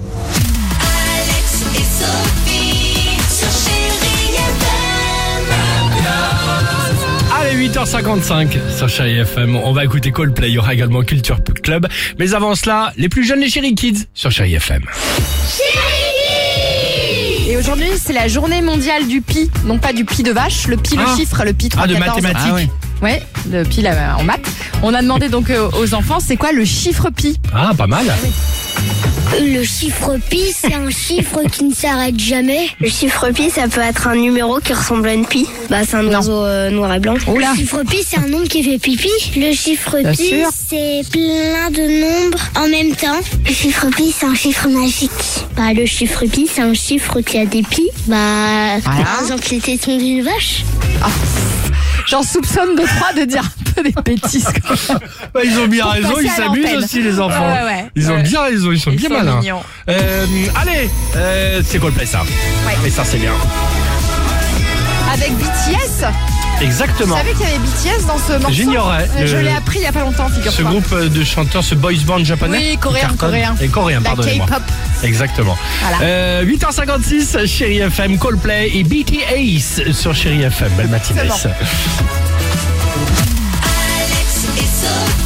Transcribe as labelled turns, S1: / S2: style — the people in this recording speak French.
S1: Alex et Sophie sur Chérie FM.
S2: Allez, 8h55 sur Chéri FM. On va écouter Coldplay. Il y aura également Culture Club. Mais avant cela, les plus jeunes, les Chéri Kids sur Chéri FM.
S3: Et aujourd'hui, c'est la journée mondiale du pi. Non pas du pi de vache, le pi,
S2: Ah.
S3: le chiffre, le pi 3,
S2: Ah, de
S3: 14.
S2: mathématiques.
S4: Ah ouais.
S3: Ouais, le pi là, en maths. On a demandé donc euh, aux enfants, c'est quoi le chiffre pi
S2: Ah, pas mal.
S5: Le chiffre pi, c'est un chiffre qui ne s'arrête jamais.
S6: Le chiffre pi, ça peut être un numéro qui ressemble à une pi. Bah, c'est un oiseau euh, noir et blanc.
S3: Oula
S5: Le chiffre pi, c'est un nombre qui fait pipi. Le chiffre
S3: Bien
S5: pi,
S3: sûr.
S5: c'est plein de nombres en même temps. Le chiffre pi, c'est un chiffre magique. Bah, le chiffre pi, c'est un chiffre qui a des pi. Bah, par exemple, les tétons d'une vache.
S3: Ah. J'en soupçonne de trois de dire un peu des bêtises. quoi.
S2: Bah, ils ont bien
S3: Pour
S2: raison.
S3: passer
S2: Ils
S3: à
S2: s'amusent
S3: l'antenne.
S2: aussi, les enfants.
S3: Ouais, ouais,
S2: Ils ont
S3: ouais.
S2: bien raison. Ils sont
S3: Ils
S2: bien
S3: sont
S2: malins.
S3: mignons.
S2: Euh, allez, euh, c'est Coldplay ça.
S3: Ouais.
S2: Et ça, c'est bien.
S3: Avec BTS Vous
S2: Exactement.
S3: savez qu'il y avait BTS dans ce morceau
S2: J'ignorais.
S3: Euh, Je
S2: Le-
S3: l'ai appris il y a pas longtemps, figure-toi.
S2: Ce groupe de chanteurs, ce boys band japonais.
S3: Oui,
S2: qui
S3: coréen,
S2: cartonne.
S3: coréen.
S2: Et coréen,
S3: La
S2: pardonnez-moi.
S3: K-pop.
S2: Exactement.
S3: Voilà.
S2: Euh, 8h56, Chéri FM, Coldplay et BTS sur Chéri FM. Belle matinée.
S3: Exactement.
S1: Alex et Sophie.